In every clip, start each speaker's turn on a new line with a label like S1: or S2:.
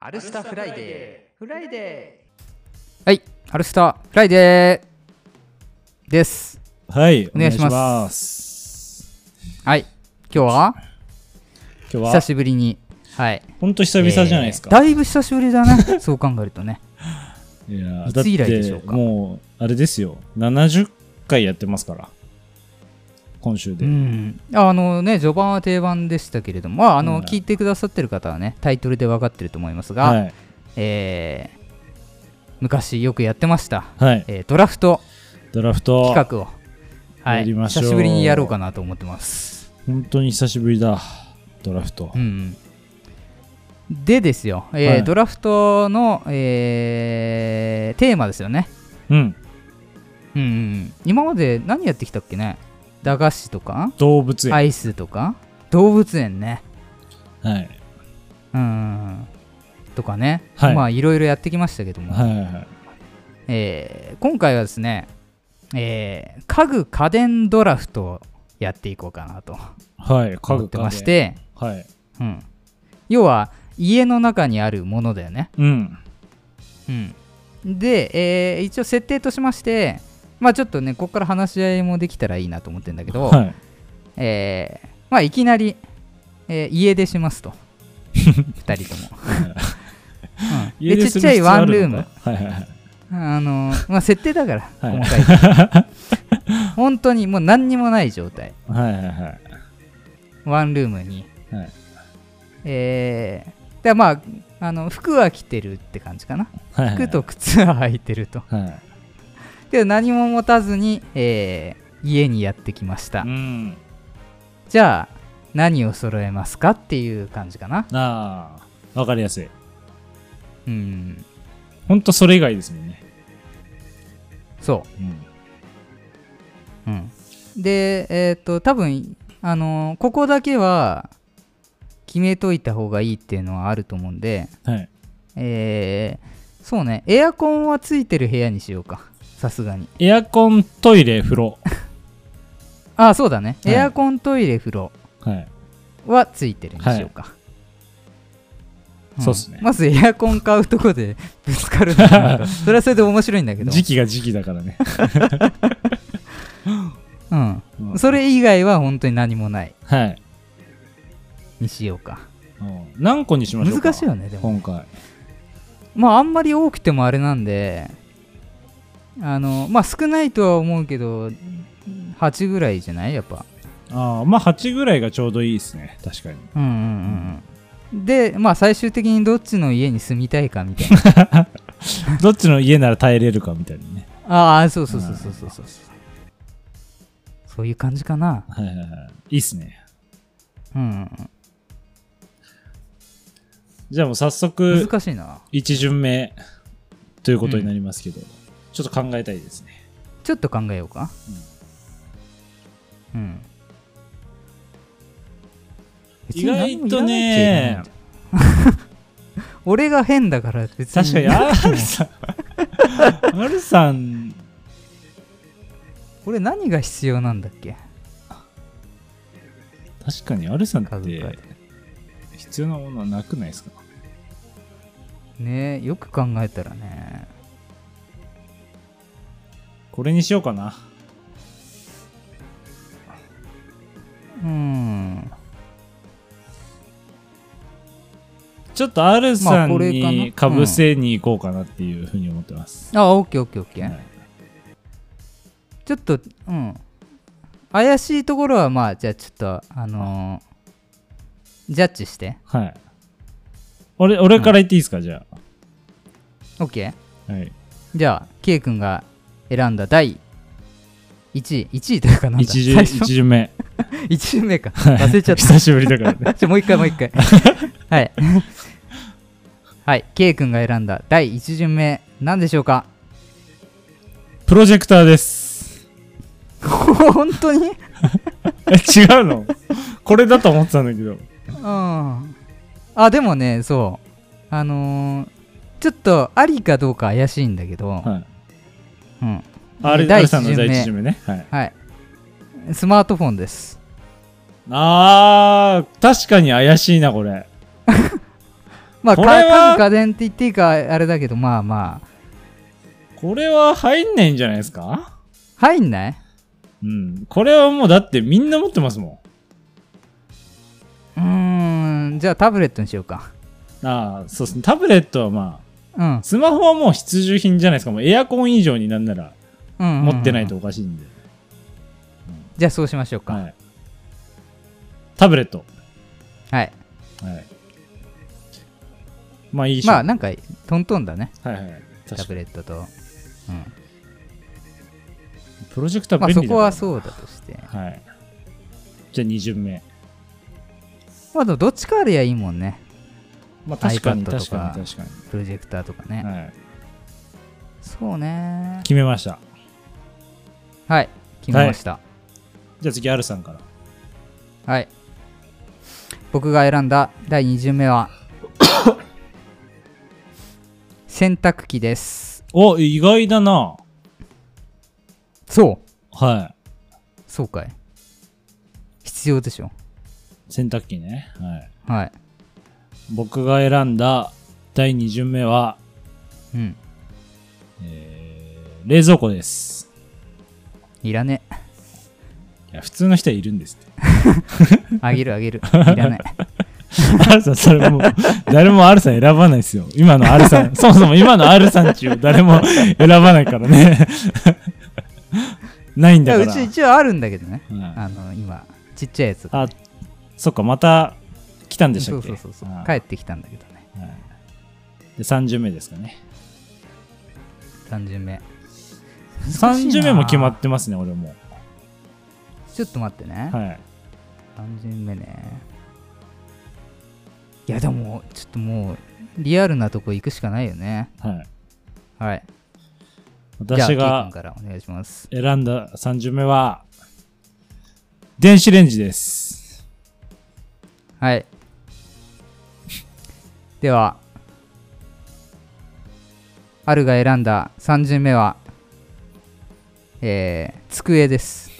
S1: アルスタフライデー。フライデ
S2: はい、アルスターフライデーです。
S3: はい、
S2: お願いします
S3: お願いします
S2: はい、今日は
S3: 今日
S2: 久
S3: は
S2: しぶりに、はい、
S3: ほんと久々じゃないですか。
S2: えーだいぶ久しぶりだね、 そう考えるとね。
S3: いや
S2: いつ以来でしょうか
S3: だってもう、あれですよ、70回やってますから、今週
S2: う
S3: で。
S2: ん、あのね、序盤は定番でしたけれども、まああの
S3: うん
S2: 聞いてくださってる方はね、タイトルで分かってると思いますが、
S3: はい、
S2: えー昔よくやってました、
S3: はい、
S2: えードラフト
S3: ドラフト、
S2: 企画を、は
S3: や
S2: い、
S3: りましょ
S2: 久
S3: う
S2: しぶりにやろうかなと思ってます。
S3: 本当に久しぶりだ、ドラフト
S2: う。んうん、でですよ、えー
S3: はい
S2: ドラフトの、えーテーマですよね、
S3: うん、
S2: うんうんうん、今まで何やってきたっけね駄菓子とか
S3: 動物園。
S2: ア
S3: はい。
S2: イスとか動物園ね
S3: はい、
S2: うんうんうんとかね、
S3: はい
S2: まあいろいろやってきましたけども、
S3: はい、はい。
S2: えー今回はですね、えー家具家電ドラフトをやっていこうかなと
S3: はい、家
S2: 思
S3: 具
S2: ってまし。て、
S3: 家電はい。
S2: うん、要は家の中にあるものだよね
S3: うん、
S2: うん、で、えー一応設定としまして、まあ、ちょっとねここから話し合いもできたらいいなと思ってるんだけど、
S3: はい。
S2: えーまあ、いきなり、えー家出します と2人とも、うん、
S3: 家
S2: で
S3: 出
S2: ち
S3: す
S2: っち
S3: る
S2: ゃい
S3: 必要あ
S2: ワンル
S3: る
S2: ー
S3: の
S2: ム
S3: かはい、はい、はい。
S2: あのーまあ、設定だから、
S3: はい
S2: 細かい から本当にもう何にもない状態
S3: はい、はい、はい。
S2: ワンルームに、
S3: はい
S2: えーでまああの服は着てるって感じかな
S3: はいはい。
S2: 服と靴は履いてると
S3: はい。
S2: けど何も持たずに、えー家にやってきました、
S3: うん。
S2: じゃあ何を揃えますかっていう感じかな
S3: ああ、わかりやすい。
S2: うん
S3: ほんとそれ以外ですもんね。
S2: そ
S3: うん。
S2: う、うん、でえーっと多分あのーここだけは決めといた方がいいっていうのはあると思うんで
S3: はい。
S2: えーそうねエアコンはついてる部屋にしようかさすがに
S3: エアコン、トイレ、風呂。
S2: ああそうだね、
S3: はい
S2: エアコントイレ風呂
S3: はい。
S2: はついてるにしようか、ん
S3: そうっすね
S2: まずエアコン買うとこでぶつかるのがなん かそれはそれで面白いんだけど、
S3: 時期が時期 だからね。
S2: うん、
S3: うん
S2: それ以外は本当に何もない
S3: はい。
S2: にしようか
S3: うん何個にしましょうか
S2: 難しいよねでも
S3: 今回。
S2: まああんまり多くてもあれなんであのまあ少ないとは思うけど8ぐらいじゃないやっぱ
S3: ああ、まあ8ぐらいがちょうどいいですね。確かに。
S2: うんうんうんうんでまあ最終的にどっちの家に住みたいかみ たいな
S3: どっちの家なら耐えれるかみたいなね。
S2: ああそうそうそうそうそうそうそういう感じかな
S3: はいはいはい。いいっすね。
S2: うんうん
S3: じゃあもう早
S2: うん
S3: 速、
S2: 難しいな
S3: 1巡目ということになりますけど、ちょっと考えたいですね。
S2: ちょっと考えようかうん、別に何もいらなきゃいけない
S3: 意外とね
S2: んだ、 俺が変だから別に
S3: 確かに、アルさん、 アルさん、
S2: 俺何が必要なんだっけ
S3: 確かにアルさんっ
S2: 家具
S3: て必要なものはなくないですか
S2: ねよく考えたらね
S3: これにしようかな。
S2: うん
S3: ちょっと R
S2: ま
S3: さ
S2: あこ
S3: ん
S2: れかな
S3: にかぶせに行こうかなっていうふうに思ってます。
S2: あオッケーオッケーオッケ
S3: は
S2: ー、
S3: い
S2: ちょっとうん怪しいところはまあじゃあちょっとあのージャッジして
S3: はい。俺、俺から言っていいですか、じゃ
S2: OK
S3: あ。はい。
S2: じゃあ K 君が選んだ第1位1位というかなんだ
S3: 一巡、
S2: 最初
S3: 一巡目。
S2: 1巡目か忘れちゃった
S3: 久しぶりだか らね。
S2: じゃあもう一回もう一 回はいはい K 君が選んだ第1巡目何でしょうか
S3: プロジェクターです。
S2: 本当に
S3: え、違うのこれだと思ってたんだけど。
S2: うんあでもねそうあのーちょっとありかどうか怪しいんだけど、
S3: はい。
S2: うん、
S3: R,
S2: 第
S3: R
S2: 一
S3: さんの第一
S2: 巡
S3: 巡目ね。はい。
S2: はいスマートフォンです
S3: あー、確かに怪しいな、これ。
S2: まあ、
S3: こ
S2: か
S3: れ
S2: 家
S3: は
S2: 具家電って言っていいかあれだけど、まあまあ、
S3: これは入んないんじゃないですか
S2: 入んない
S3: うん。これはもうだってみんな持ってますも
S2: うーん、じゃあタブレットにしようか。
S3: ん。ああ、そうですね。タブレットはま
S2: うん
S3: あ、。スマホはもう必需品じゃないですか。もうエアコン以上になんなら
S2: うんうん
S3: 持ってないと。おかしいんで。
S2: じゃあそうしましょうか。
S3: はい。タブレット。
S2: はい。
S3: はい。まあいいし。
S2: まあ、なんか、トントンだね、
S3: はいはい。
S2: タ
S3: 確か
S2: ブ
S3: に。
S2: レットと。うん。
S3: プロジェクター
S2: ま
S3: 便
S2: あそ
S3: 利だから
S2: こはそうだとして。
S3: はい。じゃあ2巡目。
S2: まあでもどっちかあれやいいもんね。
S3: まあ確かに
S2: iPad とか
S3: 確かに確か
S2: プロジェクターとかね。
S3: に。はい。
S2: そうね。
S3: 決めました。
S2: はい。決めました。
S3: じゃあ次、R さんから。
S2: はい。僕が選んだ第2巡目 は、洗濯機です。
S3: お、意外だな。
S2: そう。
S3: は
S2: そうかい。必要でしょ。
S3: い。洗濯機ね。はい。
S2: はい。
S3: 僕が選んだ第2巡目は、
S2: うん。
S3: えー冷蔵庫です。
S2: いらね。
S3: いや、普通の人はいるんですって。
S2: あげるあげる。いらない。
S3: R さん、 それもう、誰も R さん選ばないですよ。今の R さん、そもそも今の R さん中、誰も選ばないからね。 ないん
S2: い
S3: だ
S2: や
S3: か
S2: う
S3: ら。
S2: ち一応あるんだけどね。
S3: はい
S2: あの、今、ちっちゃいやつが。
S3: あ、そっか、また来たんでした
S2: そ
S3: っ
S2: う
S3: け
S2: そうそうそう
S3: あ。
S2: 帰ってきたんだけどね。
S3: で3巡目ですかね。
S2: 3巡目。難しいな
S3: 3巡目も決まってますね、俺も。
S2: ちょっと待ってね。
S3: はい。
S2: 3巡目ねいやでもちょっともうリアルなとこ行くしかないよね
S3: はい。
S2: はい
S3: 私
S2: じゃあ K 君
S3: が
S2: からお願いします
S3: 選んだ3巡目は、電子レンジ です。
S2: はい ではアルが選んだ3巡目はえー、机です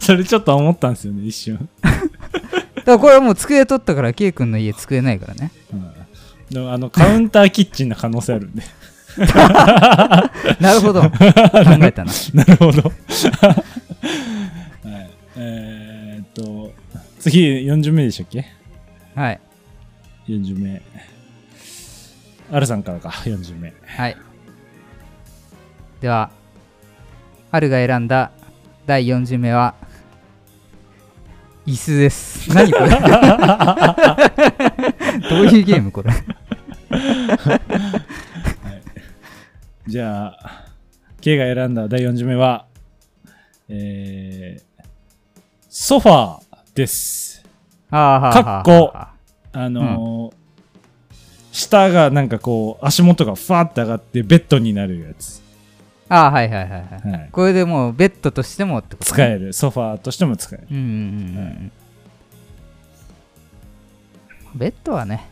S3: それちょっと思ったんですよね、一瞬。
S2: だからこれはもう机取ったから K 君の家机ない からね
S3: うんでもあのカウンターキッチンな可能性あるんで。
S2: なるほど考え たな
S3: なるほど。はい、えーっと、次4巡目でしたっけ
S2: はい
S3: ?4 巡目。アルさんからか、4巡目。
S2: はい。では、春が選んだ第4巡目は、椅子です。何 これどういうゲーム これ
S3: じゃあ、K が選んだ第4巡目は、えー、ソファーです。か
S2: あ
S3: っこあのー下がなんかこう、足元がファーって上がってベッドになるやつ。
S2: あーはいはいはいはい。
S3: はい
S2: これでもうベッドとしてもってこと
S3: 使える。ソファーとしても使える。
S2: うんうんうんうんうん。ベッドはね、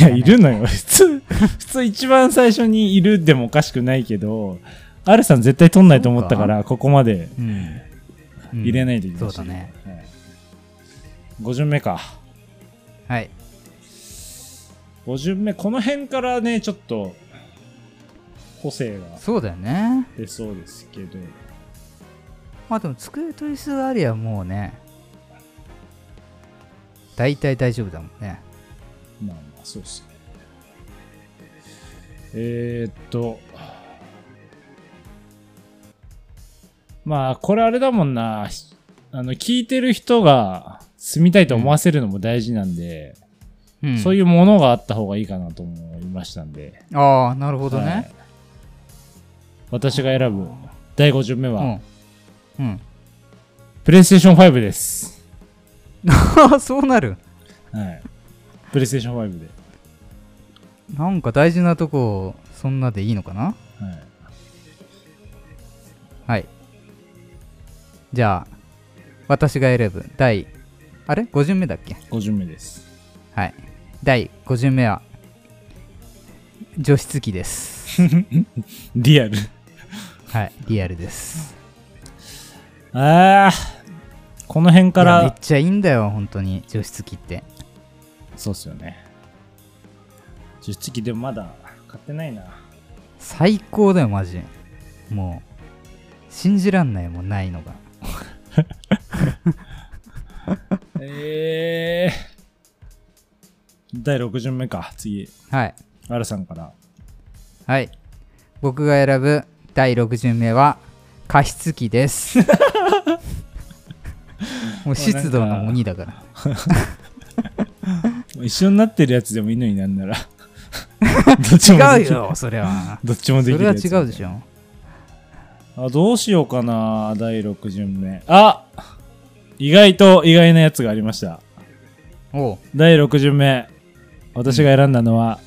S3: いや、いるのよ。普 通、普通一番最初にいるでもおかしくないけど、R さん絶対取んないと思ったから、ここまで
S2: うん。うん
S3: 入れないといけない、
S2: そうだね。
S3: はい。5巡目か。
S2: はい。
S3: 5巡目、この辺からね、ちょっと、個性が
S2: そうだよね。
S3: 出そうですけど、
S2: まあでも机と椅子がありゃもうね大体大丈夫だもんね
S3: まあまあ、そうっすね。えー、っと、まあ、これあれだもんな、ひあの、聞いてる人が住みたいと思わせるのも大事なんで、
S2: うん
S3: そういうものがあった方がいいかなと思いましたんで、
S2: ああなるほど
S3: は
S2: ね
S3: い、私が選ぶ第5巡目は、
S2: うんうん
S3: プレイステーション5です。
S2: ああ そうなる
S3: はい。プレイステーション5で。
S2: なんか大事なとこそんなでいいのかな
S3: はい。
S2: はいじゃあ私が選ぶ第あれ5巡目だっけ
S3: 5巡目です。
S2: はい第5巡目は除湿機です
S3: リアル。
S2: はいリアルです
S3: ああ、この辺か
S2: いやめ
S3: ら
S2: っ、ちゃいいんだよ本当に除湿機って
S3: そうっすよね。 10機でもまだ買ってないな。
S2: 最高だよマジもう信じらんないもんないのが
S3: えー、第6巡目か、次。
S2: はい
S3: アルさんから。
S2: はい僕が選ぶ第6巡目は加湿器です もう湿度の鬼だから
S3: 一緒になってるやつでもいいのになんなら。どっちもで
S2: 違う
S3: きる
S2: よそれは
S3: どっちも
S2: そ
S3: できる
S2: れは
S3: やつ。
S2: 違うでしょ
S3: あどうしようかな、第6巡目。あ意外と意外なやつがありました。
S2: おう
S3: 第6巡目。私が選んだのは、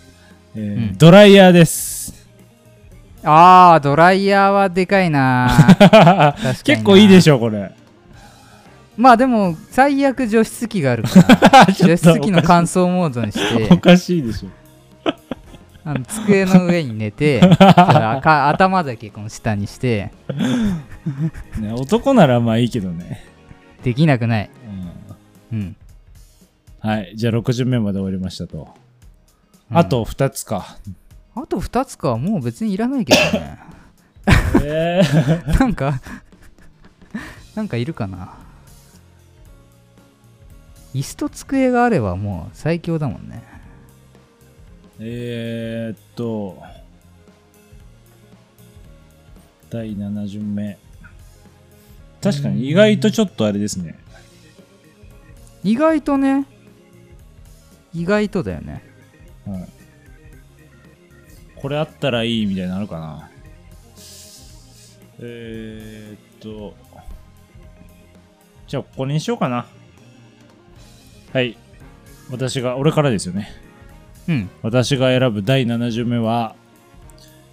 S3: えー
S2: うん
S3: ドライヤーです。
S2: あードライヤーはでかいな
S3: 結構いいで
S2: ょ
S3: しょ、これ。
S2: まあでも最悪除湿器 があるから
S3: ちょ
S2: 除
S3: っと
S2: 湿器の乾燥モードにし
S3: お
S2: て
S3: かしいでしょ。
S2: あの机の上に寝 てそれか頭だけこの下にして
S3: ね、男ならまあいいけどね。
S2: できなくない、
S3: うん
S2: うん、
S3: はい、じゃあ6巡目まで終わりましたと。あと2 つか。
S2: あと2つかもう別にいらないけど ね
S3: えー
S2: なんかなんかいるかな椅子と机があればもう最強だもんね
S3: えーっと、第7巡目。確かに意外とちょっとあれですね。
S2: 意外とね意外とだよね
S3: はいこれあったらいいみたいなのあるかな。えーっと、じゃあここにしようかな。はい。私が、俺からですよね。
S2: うん
S3: 私が選ぶ第7巡目は、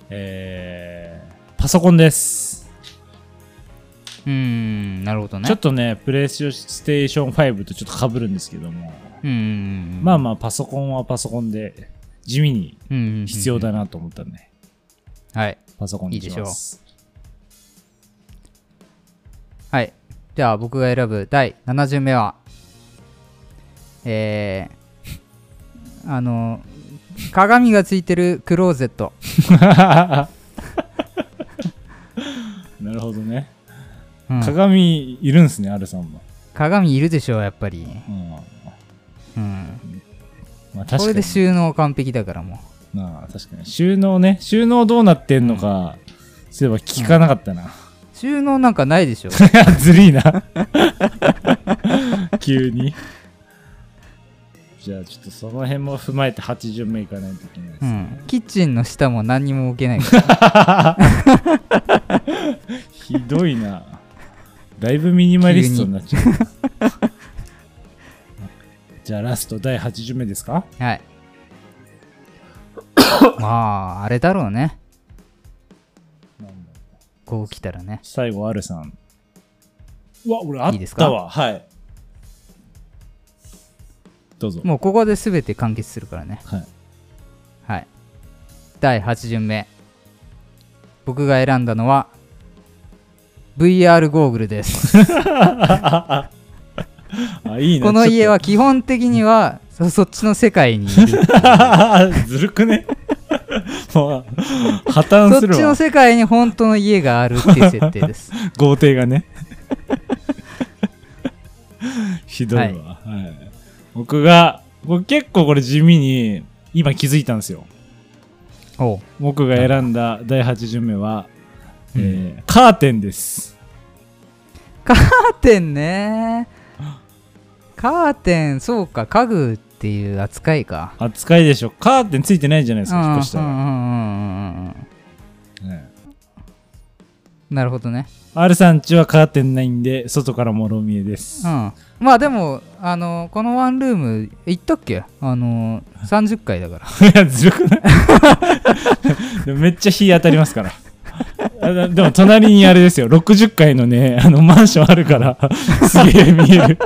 S3: えー、パソコンです、
S2: うーんなるほどね
S3: ちょっとねプレイステーション5とちょっとかぶるんですけども、
S2: うーん
S3: まあまあパソコンはパソコンで地味に
S2: うんうんうん
S3: 必要だなと思ったんで、
S2: はい
S3: パソコンにします
S2: はい。では僕が選ぶ第7巡目は、えー、あの、鏡がついてるクローゼット。
S3: なるほどね、
S2: うん
S3: 鏡いるんすねアルさんも、
S2: 鏡いるでしょう、やっぱり。
S3: うん
S2: うん。
S3: まあ、確かに
S2: これで収納完璧だからも
S3: まあ確かに収納ね収納どうなってんのか、そういえば聞かなかったな、
S2: う。収納なんかないでしょ。
S3: ずりーな 急にじゃあちょっとその辺も踏まえて8巡目いかないといけないで
S2: う
S3: すね、
S2: ん。キッチンの下も何にも置け ないから。
S3: ひどいなだいぶミニマリストになっ ちゃうじゃあラスト第8巡目ですか
S2: はい。まあ、あれだろうね。こう来たらね。
S3: 最後 R さんうわ俺あったわ
S2: いいですか
S3: はいどうぞ
S2: もうここで全て完結するからね。
S3: はい
S2: はい。第8巡目。僕が選んだのは、VR ゴーグルです。
S3: あいいね
S2: この
S3: ちょっと
S2: 家は基本的にはそそっちの世界 にいる。
S3: ずるくねもう破綻
S2: そ
S3: す
S2: っ
S3: る
S2: ちの
S3: わ
S2: 世界に本当の家があるっていう設定 です。
S3: 豪邸がねひどいわ、はい僕が僕結構これ地味に今気づいたんですよ
S2: おう
S3: 僕が選んだ第8巡目は、
S2: うん
S3: えーカーテンです
S2: カーテンね。カーテン、そうか、家具っていう扱いか。
S3: 扱いでしょカーテンついてないじゃないです
S2: う
S3: か
S2: んうんう
S3: 引っ
S2: ん
S3: 越したら、
S2: うんうん
S3: ね
S2: なるほどね。
S3: R さんちはカーテンないんで外からもろ見え です、
S2: うん、まあでもあのこのワンルーム行ったっけあの30回だから
S3: いや、ずるくないでもめっちゃ日当たりますから。あだでも隣にあれですよ60階のねあのマンションあるから すげえ見える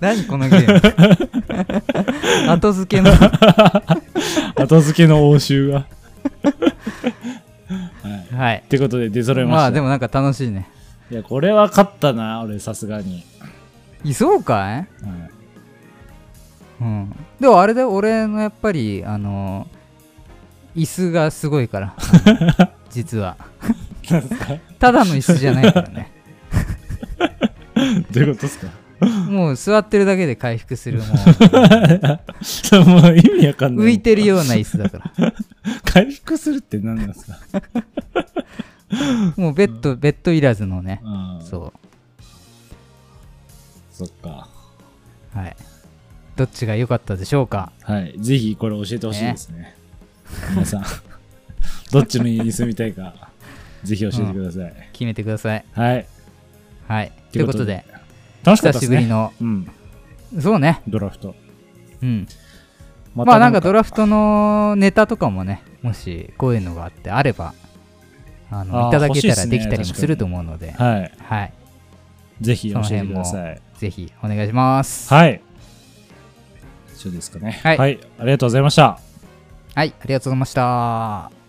S2: 何このゲー ム後付けのは
S3: 後付けの応酬が
S2: い
S3: ってことで出揃えまし
S2: ま
S3: た、
S2: あでもなんか楽しいね
S3: いやこれは勝ったな俺さすがに、
S2: いそうかい
S3: はい
S2: うん、でもあれで俺のやっぱりあの椅子がすごい からあの実は
S3: なんですか
S2: ただの椅子じゃないからね
S3: どういうことですか
S2: もう座ってるだけで回復するも
S3: そうもう意味わかん
S2: う
S3: ない。
S2: 浮いてるような椅子だから
S3: 回復するって何なんですか
S2: もうベッドベッドいらずのね
S3: あー
S2: そ
S3: そっか。
S2: うはいどっちが良かったでしょうか
S3: はい。ぜひこれ教えてほしいですね。皆さん、どっちの家に住みたいか、ぜひ教えてください。
S2: 決めてください
S3: はい。
S2: はいということで、
S3: 楽しか
S2: 久
S3: ったで
S2: し
S3: す
S2: ぶり
S3: ね。
S2: の
S3: うん。
S2: そうね
S3: ドラフト。
S2: うん
S3: ま
S2: まあなんかドラフトのネタとかもねもしこういうのがあってあればあの
S3: あー
S2: いただけた
S3: 欲しいっ
S2: ら
S3: す
S2: で
S3: ね
S2: きたりもすると思うので、
S3: はい。
S2: はい、
S3: ぜひ教えてください。
S2: ぜひお願いします。
S3: はい。そうですかね。
S2: はい
S3: はい。ありがとうございました。
S2: はい、ありがとうございました。